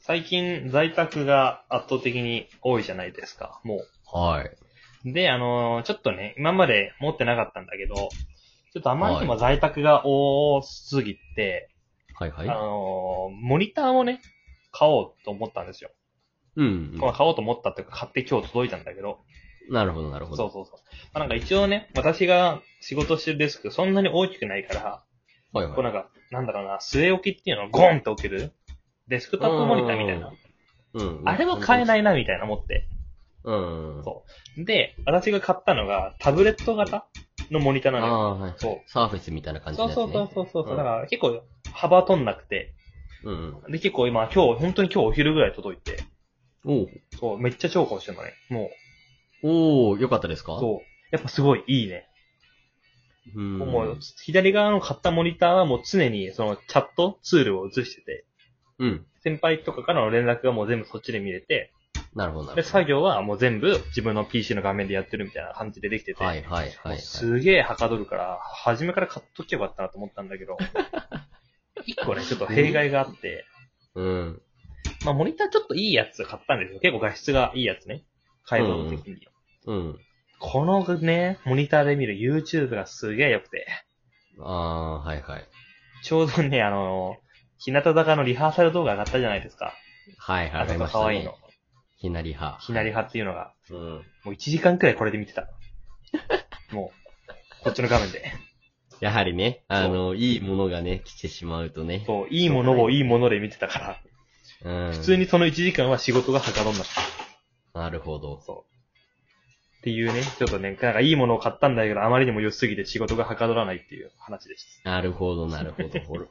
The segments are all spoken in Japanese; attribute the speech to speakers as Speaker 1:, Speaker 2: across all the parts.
Speaker 1: 最近在宅が圧倒的に多いじゃないですか、も
Speaker 2: はい。
Speaker 1: う。で、あのーちょっとね、今まで持ってなかったんだけど、ちょっとあまりにも在宅が多すぎて、
Speaker 2: はいは
Speaker 1: あ
Speaker 2: い。
Speaker 1: のーモニターをね、買おうと思ったんですよ。
Speaker 2: うん
Speaker 1: まあ買おうと思ったっていうか、買って今日届いたんだけど、
Speaker 2: うん。なるほど、なるほ
Speaker 1: そう
Speaker 2: ど。
Speaker 1: そうそう。まあ、なんか一応ね、私が仕事してるデスク、そんなに大きくないから、
Speaker 2: はい
Speaker 1: こう
Speaker 2: は。
Speaker 1: ないんか、なんだろうな、据え置きっていうのをゴンって置けるデスクトップモニターみたいな。
Speaker 2: うん。
Speaker 1: あれは買えないいな、みたいな思って。
Speaker 2: うん。
Speaker 1: そで、私が買ったのがタブレット型のモニター
Speaker 2: あ
Speaker 1: なのよ。
Speaker 2: あー、はい。
Speaker 1: そう。
Speaker 2: サーフェスみたいな感じ
Speaker 1: そ
Speaker 2: の
Speaker 1: う
Speaker 2: やつ
Speaker 1: そ
Speaker 2: ね。
Speaker 1: うそうそうそう。
Speaker 2: うん
Speaker 1: だから結構幅飛んなくて。
Speaker 2: うん。
Speaker 1: で、結構今、今日、本当に今日お昼ぐらい届いて。
Speaker 2: おう
Speaker 1: そう、めっちゃ重宝してるのね。も
Speaker 2: おおよかったです
Speaker 1: う、
Speaker 2: か
Speaker 1: そう。やっぱすごいいいね。
Speaker 2: う。うん。
Speaker 1: もう、左側の買ったモニターはもう常にそのチャットツールを映してて、
Speaker 2: うん。
Speaker 1: 先輩とかからの連絡がもう全部そっちで見れて、
Speaker 2: なるほど、な
Speaker 1: で、
Speaker 2: るほ
Speaker 1: 作業はもう全部自分の PC の画面でやってるみたいな感じでできてて、
Speaker 2: ど。はいはいは
Speaker 1: もう
Speaker 2: い。
Speaker 1: すげえはかどるから、初めから買っときゃよかったなと思ったんだけ ど、一個ね、ちょっと弊害があって、
Speaker 2: うん。
Speaker 1: まあモニターちょっといいやつ買ったんですよ。結構画質がいいやつね。解像度的に。
Speaker 2: うん。
Speaker 1: このね、モニターで見る YouTube がすげえ良くて、
Speaker 2: ああー、はいはい。
Speaker 1: ちょうどね、あの、日向坂のリハーサル動画上がったじゃないですか。
Speaker 2: はいはい。
Speaker 1: あ
Speaker 2: あり
Speaker 1: の
Speaker 2: まし
Speaker 1: 可
Speaker 2: た
Speaker 1: 愛い
Speaker 2: ね
Speaker 1: の。。
Speaker 2: ひなりは。
Speaker 1: ひなり派っていうのが、
Speaker 2: うん。
Speaker 1: もう1時間くらいこれで見て た。もう、こっちの画面で。
Speaker 2: やはりね、あの、いいものがね、来てしまうとね。
Speaker 1: そう、いいものをいいもので見てたから、
Speaker 2: うん。
Speaker 1: 普通。にその1時間は仕事がはかどんなかった。
Speaker 2: なるほど。
Speaker 1: そう。っていうね、ちょっとね、なんかいいものを買ったんだけど、あまりにも良すぎて仕事がはかどらないっていう話です。
Speaker 2: なるほど、なるほど。ほ ら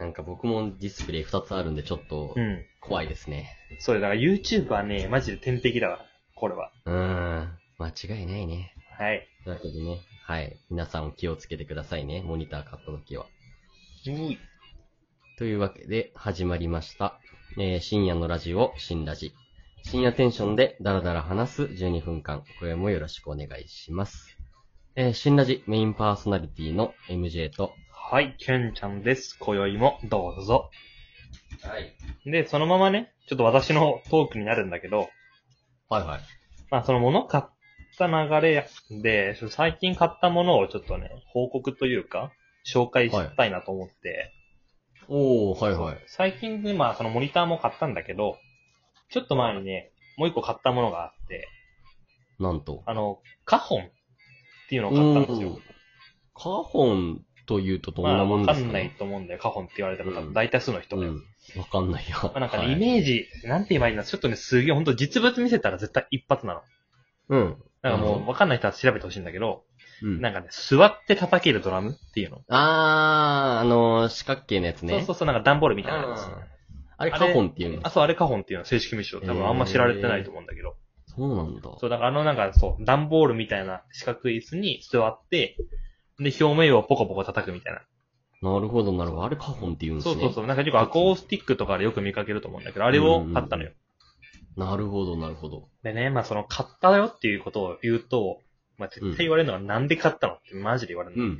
Speaker 2: なんか僕もディスプレイ2つあるんで、ちょっと
Speaker 1: うん。
Speaker 2: 怖いですね。
Speaker 1: そうだから YouTube はね、マジで天敵だわ。これは。
Speaker 2: うーん。間違いないね。
Speaker 1: はい。
Speaker 2: というわけでね、はい。皆さんお気をつけてくださいね。モニター買った時は。
Speaker 1: うい。
Speaker 2: というわけで、始まりました。えー深夜のラジオ、新ラジ。深夜テンションでダラダラ話す12分間。これもよろしくお願いします。えー新ラジメインパーソナリティの MJ と、
Speaker 1: はい、ケンちゃんです。今宵もどうぞ。
Speaker 2: はい。
Speaker 1: で、そのままね、ちょっと私のトークになるんだけど、
Speaker 2: はいはい。
Speaker 1: まあその物買った流れで、ちょっと最近買ったものをちょっとね、報告というか、紹介したいなと思って、
Speaker 2: おー、はいはい。
Speaker 1: 最近、まあ、そのモニターも買ったんだけど、ちょっと前にね、もう一個買ったものがあって、
Speaker 2: なんと。
Speaker 1: あの、カホンっていうのを買ったんです
Speaker 2: う
Speaker 1: よ
Speaker 2: ん。カホンというとどん
Speaker 1: まあ、
Speaker 2: なも
Speaker 1: わ
Speaker 2: んで
Speaker 1: か
Speaker 2: すか、
Speaker 1: んない
Speaker 2: ね
Speaker 1: と思うんだよ、カホンって言われた方、
Speaker 2: うん
Speaker 1: 大多数の人が。ま
Speaker 2: うん。わかんないよ。
Speaker 1: あ、なんかね、
Speaker 2: はい
Speaker 1: イメージ、なんて言えばいいんだ、ちょっとね、すげえ、ほんと実物見せたら絶対一発なの。
Speaker 2: うん。
Speaker 1: だからも
Speaker 2: うん
Speaker 1: う、わかんない人は調べてほしいんだけど、
Speaker 2: うん。
Speaker 1: なんかね、座って叩けるドラムっていうの。
Speaker 2: あー、あのー、四角形のやつね。
Speaker 1: そうそうそう、なんか段ボールみたいなや
Speaker 2: うん
Speaker 1: つ。
Speaker 2: あれ、
Speaker 1: あ
Speaker 2: カ
Speaker 1: れ
Speaker 2: ホンっていうの
Speaker 1: あ、そう、あれカホンっていうの、正式名称。多分あんま知られてないと思うんだけど。
Speaker 2: そうなんだ。
Speaker 1: そう、だからあのなんかそう、段ボールみたいな四角い椅子に座って、で、表面をポコポコ叩くみたいな。
Speaker 2: なるほど、なるほど。あれ、カホンっていうんです
Speaker 1: そ
Speaker 2: ね。
Speaker 1: うそうそう。なんか結構アコースティックとかでよく見かけると思うんだけど、あれを買ったのよ。
Speaker 2: なるほど、なるほど。
Speaker 1: でね、まあその買ったよっていうことを言うと、まあ絶対言われるのはなんで買ったのってマジで言われる
Speaker 2: う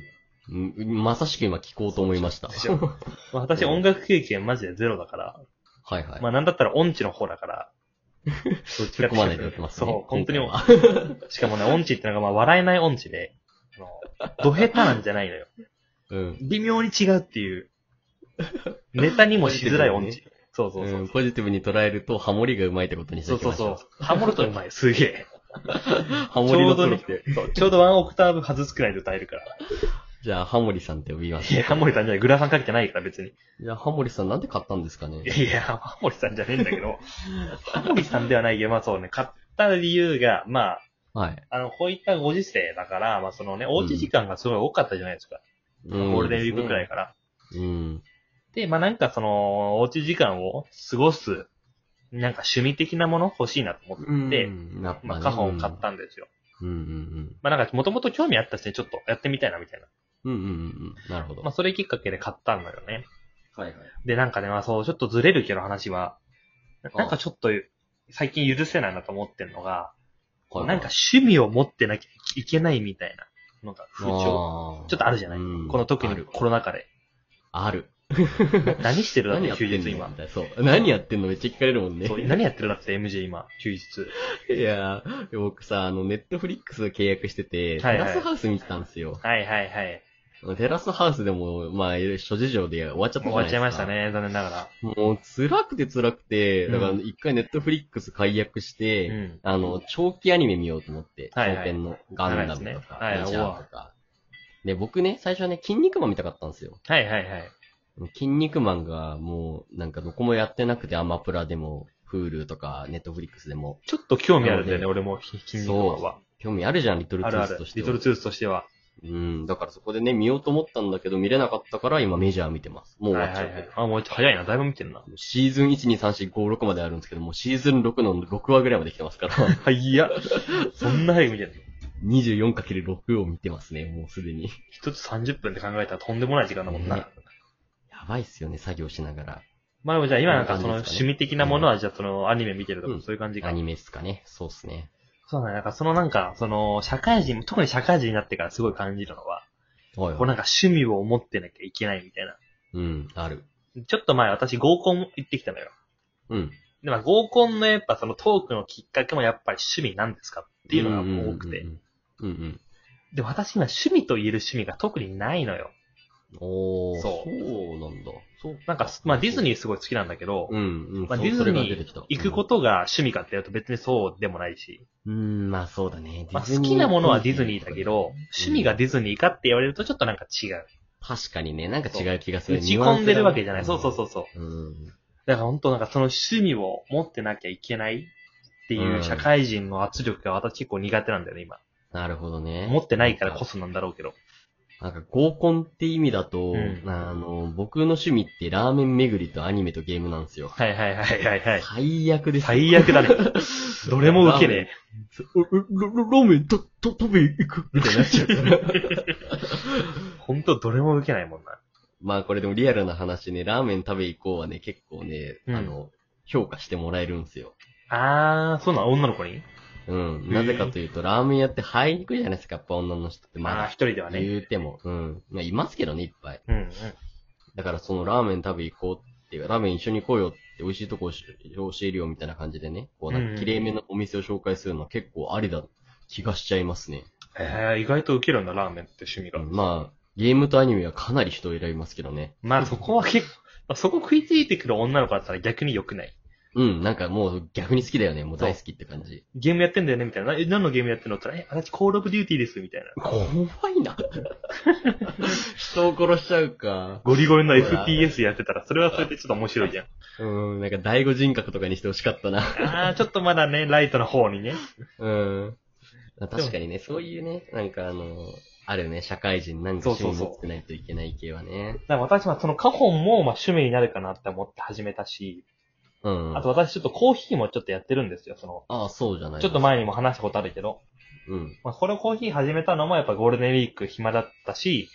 Speaker 1: の。
Speaker 2: ん。うんまさしく今聞こうと思いました。
Speaker 1: でしょまあ私音楽経験マジでゼロだから、
Speaker 2: はいはい。
Speaker 1: まあなんだったら音痴の方だから、どっちか
Speaker 2: 突っ
Speaker 1: って
Speaker 2: 込
Speaker 1: い
Speaker 2: ま
Speaker 1: う
Speaker 2: ないでいきますね。
Speaker 1: そう、本当に
Speaker 2: 今回は。
Speaker 1: しかもね、音痴ってのがまあ笑えない音痴で、あのド下手なんじゃないのよ。
Speaker 2: うん。。
Speaker 1: 微妙に違うっていう。 ネタにもしづらい音痴。そうそうそううん
Speaker 2: ポジティブに捉えると、ハモリがうまいってことにして
Speaker 1: そ
Speaker 2: お
Speaker 1: う
Speaker 2: き
Speaker 1: そう
Speaker 2: まし
Speaker 1: そ
Speaker 2: ょう。
Speaker 1: う。ハモるとうまい。すげえ。
Speaker 2: ハ
Speaker 1: ち
Speaker 2: モリ
Speaker 1: ょうど
Speaker 2: のプロ
Speaker 1: ね
Speaker 2: って。、
Speaker 1: そうちょうどワンオクターブ外すくらいで歌えるから。
Speaker 2: じゃあ、ハモリさんって呼びます。
Speaker 1: いや、ハモリさんじゃない。グラサンかけてないから別に。
Speaker 2: いや、ハモリさんなんで買ったんですかね。
Speaker 1: いや、ハモリさんじゃねえんだけど。ハモリさんではないけど、まあそうね、買った理由が、まあ、
Speaker 2: はい。
Speaker 1: あの、こういったご時世だから、まあそのね、おうち時間がすごい多かったじゃないですか。
Speaker 2: うん
Speaker 1: ゴールデンウィークくらいから。
Speaker 2: うん。
Speaker 1: で、まあなんかその、おうち時間を過ごす、なんか趣味的なもの欲しいなと思って、
Speaker 2: うんなったね
Speaker 1: まあ、カホンを買っ。たんですよ。
Speaker 2: うんうん
Speaker 1: まあ、なんか、もともと興味あったしね、ちょっとやってみたいな、みたいな。
Speaker 2: うん。うんうんうんうん。なるほど。
Speaker 1: まあ、それきっかけで買ったんだよね。
Speaker 2: はいはい。
Speaker 1: で、なんかね、まあ、そう、ちょっとずれるけど話は、な
Speaker 2: あ
Speaker 1: なんかちょっと、最近許せないなと思ってんのが、
Speaker 2: はい
Speaker 1: なんか趣味を持ってなきゃいけないみたいな、なんか風潮。
Speaker 2: あー
Speaker 1: ちょっとあるじゃない、
Speaker 2: うん
Speaker 1: この特
Speaker 2: あ
Speaker 1: に
Speaker 2: る
Speaker 1: コロナ禍で。
Speaker 2: ある。
Speaker 1: 何してるだ
Speaker 2: 何
Speaker 1: ろ
Speaker 2: や
Speaker 1: う
Speaker 2: って
Speaker 1: 休
Speaker 2: んの
Speaker 1: 日
Speaker 2: みた
Speaker 1: 今
Speaker 2: い。な。そう。 何やってんのめっちゃ聞かれるもんね。
Speaker 1: そう何やってるだって、MJ 今、休日。
Speaker 2: いやー、僕さ、あの、ネットフリックス契約してて、
Speaker 1: はいはい
Speaker 2: テラスハウス見てたんですよ。
Speaker 1: はいはいはい。
Speaker 2: テラスハウスでも、まあ、いろいろ諸事情で終わっちゃった
Speaker 1: 終
Speaker 2: じゃな
Speaker 1: わっ
Speaker 2: いで
Speaker 1: ち
Speaker 2: す
Speaker 1: ゃいま
Speaker 2: か。
Speaker 1: した。ね、残念ながら。
Speaker 2: もう、辛くて辛くて、だから
Speaker 1: うん
Speaker 2: 一回ネットフリックス解約し
Speaker 1: う
Speaker 2: て、
Speaker 1: ん。
Speaker 2: あの、長期アニメ見ようと思って、
Speaker 1: はいはい
Speaker 2: 長編のガンダムとか、
Speaker 1: 長いですねはい
Speaker 2: メジャーとか。で、僕ね、最初はね、筋肉マン見たかったんですよ。
Speaker 1: はいはいはい。
Speaker 2: 筋肉マンがもう、なんかどこもやってなくて、アマプラでも、Hulu とか、ネットフリックスでも、
Speaker 1: ちょっと興味あるんだよね、
Speaker 2: な
Speaker 1: 俺も、ひ筋肉マンは。
Speaker 2: 興味あるじゃん、リトルト
Speaker 1: あ
Speaker 2: ゥ
Speaker 1: るあ
Speaker 2: ース
Speaker 1: る
Speaker 2: とし。て
Speaker 1: リ
Speaker 2: は
Speaker 1: トルトゥースとしては。
Speaker 2: うん、だからそこでね、見ようと思ったんだけど、見れなかったから、今メジャー見てます。もう終わっちゃうけど。
Speaker 1: あ、もう早いな、だいぶ見てるな。
Speaker 2: シーズン1、2、3、4、5、6まであるんですけど、もうシーズン6の6話ぐらいまで来てますから、
Speaker 1: はいや。そんな早く見てるの
Speaker 2: 24×6 を見てますね、もうすでに。
Speaker 1: 一つ30分って考えたらとんでもない時間だもん
Speaker 2: ね
Speaker 1: な。
Speaker 2: やばいっすよね、作業しながら。
Speaker 1: まあでもじゃあ今なんかその
Speaker 2: こんな感じですか
Speaker 1: 趣
Speaker 2: ね
Speaker 1: 味的なものはじゃあそのアニメ見てると
Speaker 2: う
Speaker 1: か
Speaker 2: ん
Speaker 1: そういう感じか
Speaker 2: ア。ニメっすかね、そうっすね。
Speaker 1: そうだね。なんかそのなんか、その社会人、特に社会人になってからすごい感じるのは、
Speaker 2: はい、
Speaker 1: こうなんか趣味を持ってなきゃいけないみたいな。
Speaker 2: うん、ある。
Speaker 1: ちょっと前私合コン行ってきたのよ。
Speaker 2: うん。
Speaker 1: でも合コンのやっぱそのトークのきっかけもやっぱり趣味なんですかっていうのがもう多くて
Speaker 2: う。んうんうん。うんうん
Speaker 1: で、私今趣味と言える趣味が特にないのよ。
Speaker 2: おー、
Speaker 1: そう
Speaker 2: そうなんだ。そう。
Speaker 1: なんか、まあディズニーすごい好きなんだけど、
Speaker 2: うん、うん、
Speaker 1: まあ
Speaker 2: そう
Speaker 1: ディ
Speaker 2: そ
Speaker 1: ズ
Speaker 2: れ
Speaker 1: ニ
Speaker 2: が出てきた
Speaker 1: ー行くことが趣味かってやると別にそうでもないし、
Speaker 2: うん、まあそうだね。
Speaker 1: まあ
Speaker 2: ディズ
Speaker 1: 好
Speaker 2: ニ
Speaker 1: きなものはディズニーだけど、趣味がディズニーかって言われるとちょっとなんか違う。
Speaker 2: 確かにね、なんか違う気がする。
Speaker 1: 打ち込んでるわけじゃない。そうそう
Speaker 2: う。
Speaker 1: そうそう。
Speaker 2: うん。
Speaker 1: だから本当なんかその趣味を持ってなきゃいけないっていううん社会人の圧力が私結構苦手なんだよね、今。
Speaker 2: なるほどね。
Speaker 1: 持ってないからこそなんだろうけど。
Speaker 2: なんか合コンって意味だと、
Speaker 1: うん
Speaker 2: あの、僕の趣味ってラーメン巡りとアニメとゲームなんですよ。
Speaker 1: はいはいはいはいはい。
Speaker 2: 最悪で す。
Speaker 1: 最悪だね。 どれも受けね
Speaker 2: ううラララーメンと、と、食べ行くみたいになっちゃうから。
Speaker 1: え。ほんとどれも受けないもんな。
Speaker 2: まあこれでもリアルな話ね、ラーメン食べ行こうはね、結構ね、
Speaker 1: うん
Speaker 2: あの、評価してもらえるんですよ。
Speaker 1: あー、そうなの女の子に
Speaker 2: うん。
Speaker 1: へえ
Speaker 2: なぜかというと、ラーメン屋って入りにくいじゃないですか、やっぱ女の人って。ま
Speaker 1: まあ
Speaker 2: だ
Speaker 1: 一人ではね。
Speaker 2: 言うても。うん。まあ、いますけどね、いっぱい。
Speaker 1: うんうん。
Speaker 2: だからそのラーメン食べ行こうっていう、ラーメン一緒に行こうよって美味しいとこ教えるよみたいな感じでね、こうなん
Speaker 1: うん
Speaker 2: か綺麗めのお店を紹介するのは結構ありだ気がしちゃいますね。
Speaker 1: えー、意外と受けるんだ、ラーメンって趣味が。
Speaker 2: まあ、ゲームとアニメはかなり人を選びますけどね。
Speaker 1: まあそこは結構、まあそこ食いついてくる女の子だったら逆に良くない。
Speaker 2: うん、なんかもう逆に好きだよね。もう大好きって感じ。
Speaker 1: ゲームやってんだよねみたいな。え、何のゲームやってんのって言ったら、え、私コールオブデューティーです、みたいな。
Speaker 2: 怖いな。人を殺しちゃうか。
Speaker 1: ゴリゴリの
Speaker 2: ほら
Speaker 1: FPS やってたら、それはそれでちょっと面白いじゃん。
Speaker 2: うん、なんか第五人格とかにしてほしかったな。
Speaker 1: あー、ちょっとまだね、ライトの方にね。
Speaker 2: うん。確かにね、そういうね、なんかあの、あるね、社会人なんか
Speaker 1: そうそうそ
Speaker 2: 趣味
Speaker 1: う
Speaker 2: 持ってないといけない系はね。
Speaker 1: だから私はそのカホンもまあ趣味になるかなって思って始めたし、
Speaker 2: うん。
Speaker 1: あと、私ちょっとコーヒーもちょっとやってるんですよ、その。
Speaker 2: ああ、そうじゃない。
Speaker 1: ちょっと。前にも話したことあるけど、
Speaker 2: うん。
Speaker 1: まあこれコーヒー始めたのもやっぱゴールデンウィーク暇だったし、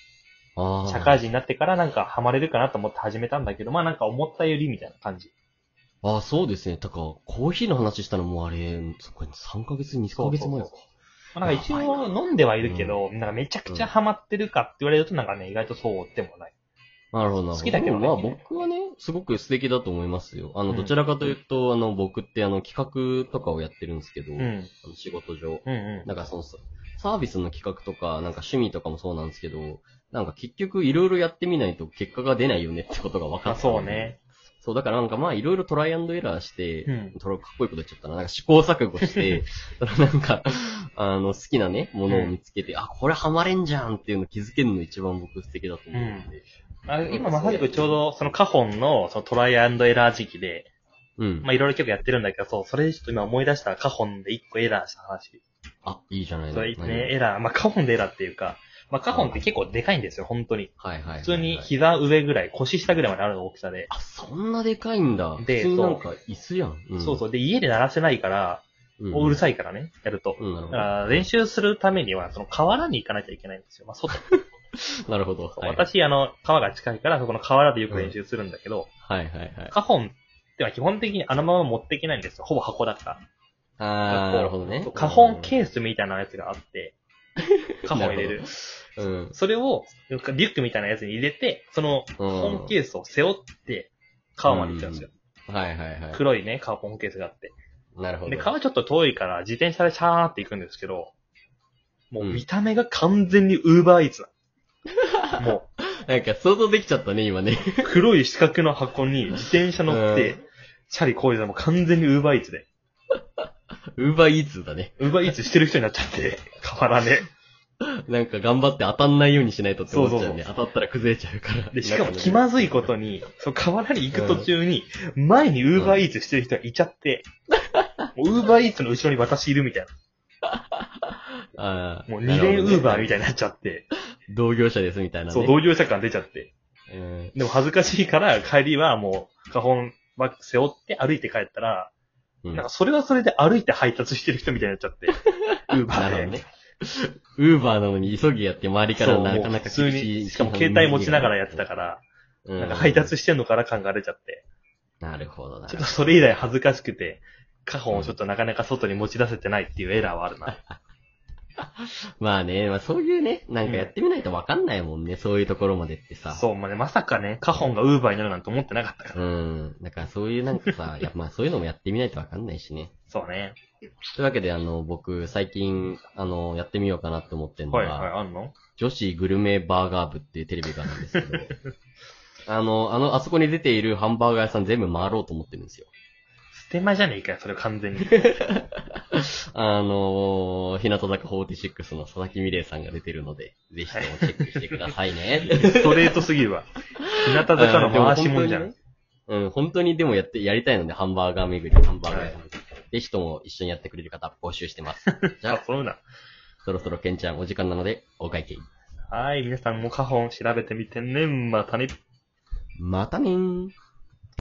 Speaker 2: ああ。
Speaker 1: 社会人になってからなんかハマれるかなと思って始めたんだけど、まあなんか思ったよりみたいな感じ。
Speaker 2: ああ、そうですね。だから、コーヒーの話したのもあれ、そっか、3ヶ月、2ヶ月前
Speaker 1: ま
Speaker 2: か。
Speaker 1: あなんか一応飲んではいるけど、なんかめちゃくちゃハマってるかって言われるとなんかね、意外とそうでもない。
Speaker 2: なるほど、なるほど。
Speaker 1: 好きだけどね
Speaker 2: でもまあ僕はね、すごく素敵だと思いますよ。あ
Speaker 1: う
Speaker 2: の、
Speaker 1: ん
Speaker 2: どちらかというと、あの、僕ってあの、企画とかをやってるんですけど、
Speaker 1: うん。うん
Speaker 2: あの仕事上。
Speaker 1: うん。
Speaker 2: だからその、ササービスの企画とか、なんか趣味とかもそうなんですけど、なんか結局いろいろやってみないと結果が出ないよねってことが分か
Speaker 1: あ、
Speaker 2: ったので
Speaker 1: そう。ね。
Speaker 2: そう、だからなんかまあいろいろトライアンドエラーして、
Speaker 1: うん
Speaker 2: トラかっこいいこと言っちゃったな。なんか試行錯 誤して、そのなんか、あの、好きなね、ものを見つけて、あ、これハマれんじゃんっていうの気づけるの一番僕素敵だと思うんで。
Speaker 1: あ今まさしくちょうどそのカホンのそのトライアンドエラー時期で、
Speaker 2: うん。
Speaker 1: まあいろいろ結構やってるんだけど、そう、それでちょっと今思い出したカホンで一個エラーした話。
Speaker 2: あ、いいじゃない
Speaker 1: それ
Speaker 2: ですか。
Speaker 1: ね、エラー、まあカホンでエラーっていうか、まあカホンって結構でかいんですよ、本当に。
Speaker 2: はいはいはいはい。
Speaker 1: 普通に膝上ぐらい、腰下ぐらいまである大きさで。
Speaker 2: あ、そんなでかいんだ。
Speaker 1: で
Speaker 2: 普通になんか椅子やん。。
Speaker 1: そうそうう。で、家で鳴らせないから、
Speaker 2: うん、
Speaker 1: うる
Speaker 2: い。
Speaker 1: さいからね、やると。
Speaker 2: うん、な
Speaker 1: だ
Speaker 2: るほ
Speaker 1: から練習するためには、その河原に行かなきゃいけないんですよ。まあ、外。
Speaker 2: ど。なるほど。はい
Speaker 1: 私、あの、川が近いから、そこの河原でよく練習するんだけど、
Speaker 2: はいはいはい。
Speaker 1: カホンっては基本的にあのまま持っていけないんですよ。ほぼ箱だから。
Speaker 2: あー、なるほどね
Speaker 1: そう。カホンケースみたいなやつがあって、カホン入れる。
Speaker 2: うん。
Speaker 1: それを、リュックみたいなやつに入れて、その、本ケースを背負って、川まで行っちゃうんですよ。
Speaker 2: はいはいは
Speaker 1: 黒いね、カーボンケースがあって。
Speaker 2: い。なるほど。
Speaker 1: で、川ちょっと遠いから、自転車でシャーって行くんですけど、もう見た目が完全にウーバーイーツ なのも
Speaker 2: なんか想像できちゃったね、今ね。
Speaker 1: う、黒い四角の箱に自転車乗っ
Speaker 2: う
Speaker 1: て、チャリこいでもう完全にウーバーイーツで。
Speaker 2: ウーバーイーツだね。
Speaker 1: ウーバーイーツしてる人になっちゃって、変わらね
Speaker 2: なんか頑張って当たんないようにしないとって思っちゃうね。
Speaker 1: そうそう
Speaker 2: 当たったら崩れちゃうから。
Speaker 1: で、しかも気まずいことに、そう、河原に行く途中に、前にウーバーイーツしてる人がいちゃって、ウーバーイーツの後ろに私いるみたい
Speaker 2: ああ。
Speaker 1: な。もう二連ウーバーみた
Speaker 2: たい
Speaker 1: いになっちゃって、
Speaker 2: な。同業者ですみたいな、ね。
Speaker 1: そう、同業者感出ちゃって。
Speaker 2: うん。
Speaker 1: でも恥ずかしいから、帰りはもう、花本バッグ背負って歩いて帰ったら、
Speaker 2: うん
Speaker 1: なんかそれはそれで歩いて配達してる人みたいになっちゃって、ウーバ
Speaker 2: なるほ
Speaker 1: ー
Speaker 2: ど
Speaker 1: で
Speaker 2: ね。。ウーバーなのに急ぎやって周りから
Speaker 1: そう、
Speaker 2: な
Speaker 1: も
Speaker 2: か
Speaker 1: う
Speaker 2: なか
Speaker 1: 普通
Speaker 2: 厳
Speaker 1: に、
Speaker 2: い
Speaker 1: しかも携帯持ちながらやってたから、
Speaker 2: ら
Speaker 1: なんか配達してんのから考えれちゃって。
Speaker 2: なるほどな
Speaker 1: ちょっとそれ以来恥ずかしくて、カホンをちょっとなかなか外に持ち出せてないっていうエラーはあるな。
Speaker 2: まあね、まあそういうね、なんかやってみないとわかんないもんね、そういうところまでってさ。
Speaker 1: そう、まあね、まさかね、カホンがウーバーになるなんて思ってなかったから。
Speaker 2: うん。だからそういうなんか さ、やっぱまあそういうのもやってみないとわかんないしね。
Speaker 1: そうね。
Speaker 2: というわけで、あの、僕、最近、あの、やってみようかなって思ってるのが、
Speaker 1: はいはい、あんの
Speaker 2: 女子グルメバーガー部っていうテレビがあるんですけ ど、あの、あの、あそこに出ているハンバーガー屋さん全部回ろうと思ってるんですよ。
Speaker 1: ステマじゃねえかよ、それ完全に。
Speaker 2: あのー、日向坂46の佐々木美玲さんが出てるので、ぜひともチェックしてくださいね。
Speaker 1: ストレートすぎるわ。日向坂の回しもんじゃ
Speaker 2: うん
Speaker 1: ん。。
Speaker 2: うん、本当にでもやって、やりたいので、ハンバーガー巡り、ハンバーガー屋さん。ぜひとも一緒にやってくれる方募集してます。じゃ
Speaker 1: あ
Speaker 2: あ、、
Speaker 1: そうだ。
Speaker 2: そろそろケンちゃんお時間なので、お会計。
Speaker 1: はい、皆さんもカホン調べてみてね。またね。
Speaker 2: またねー。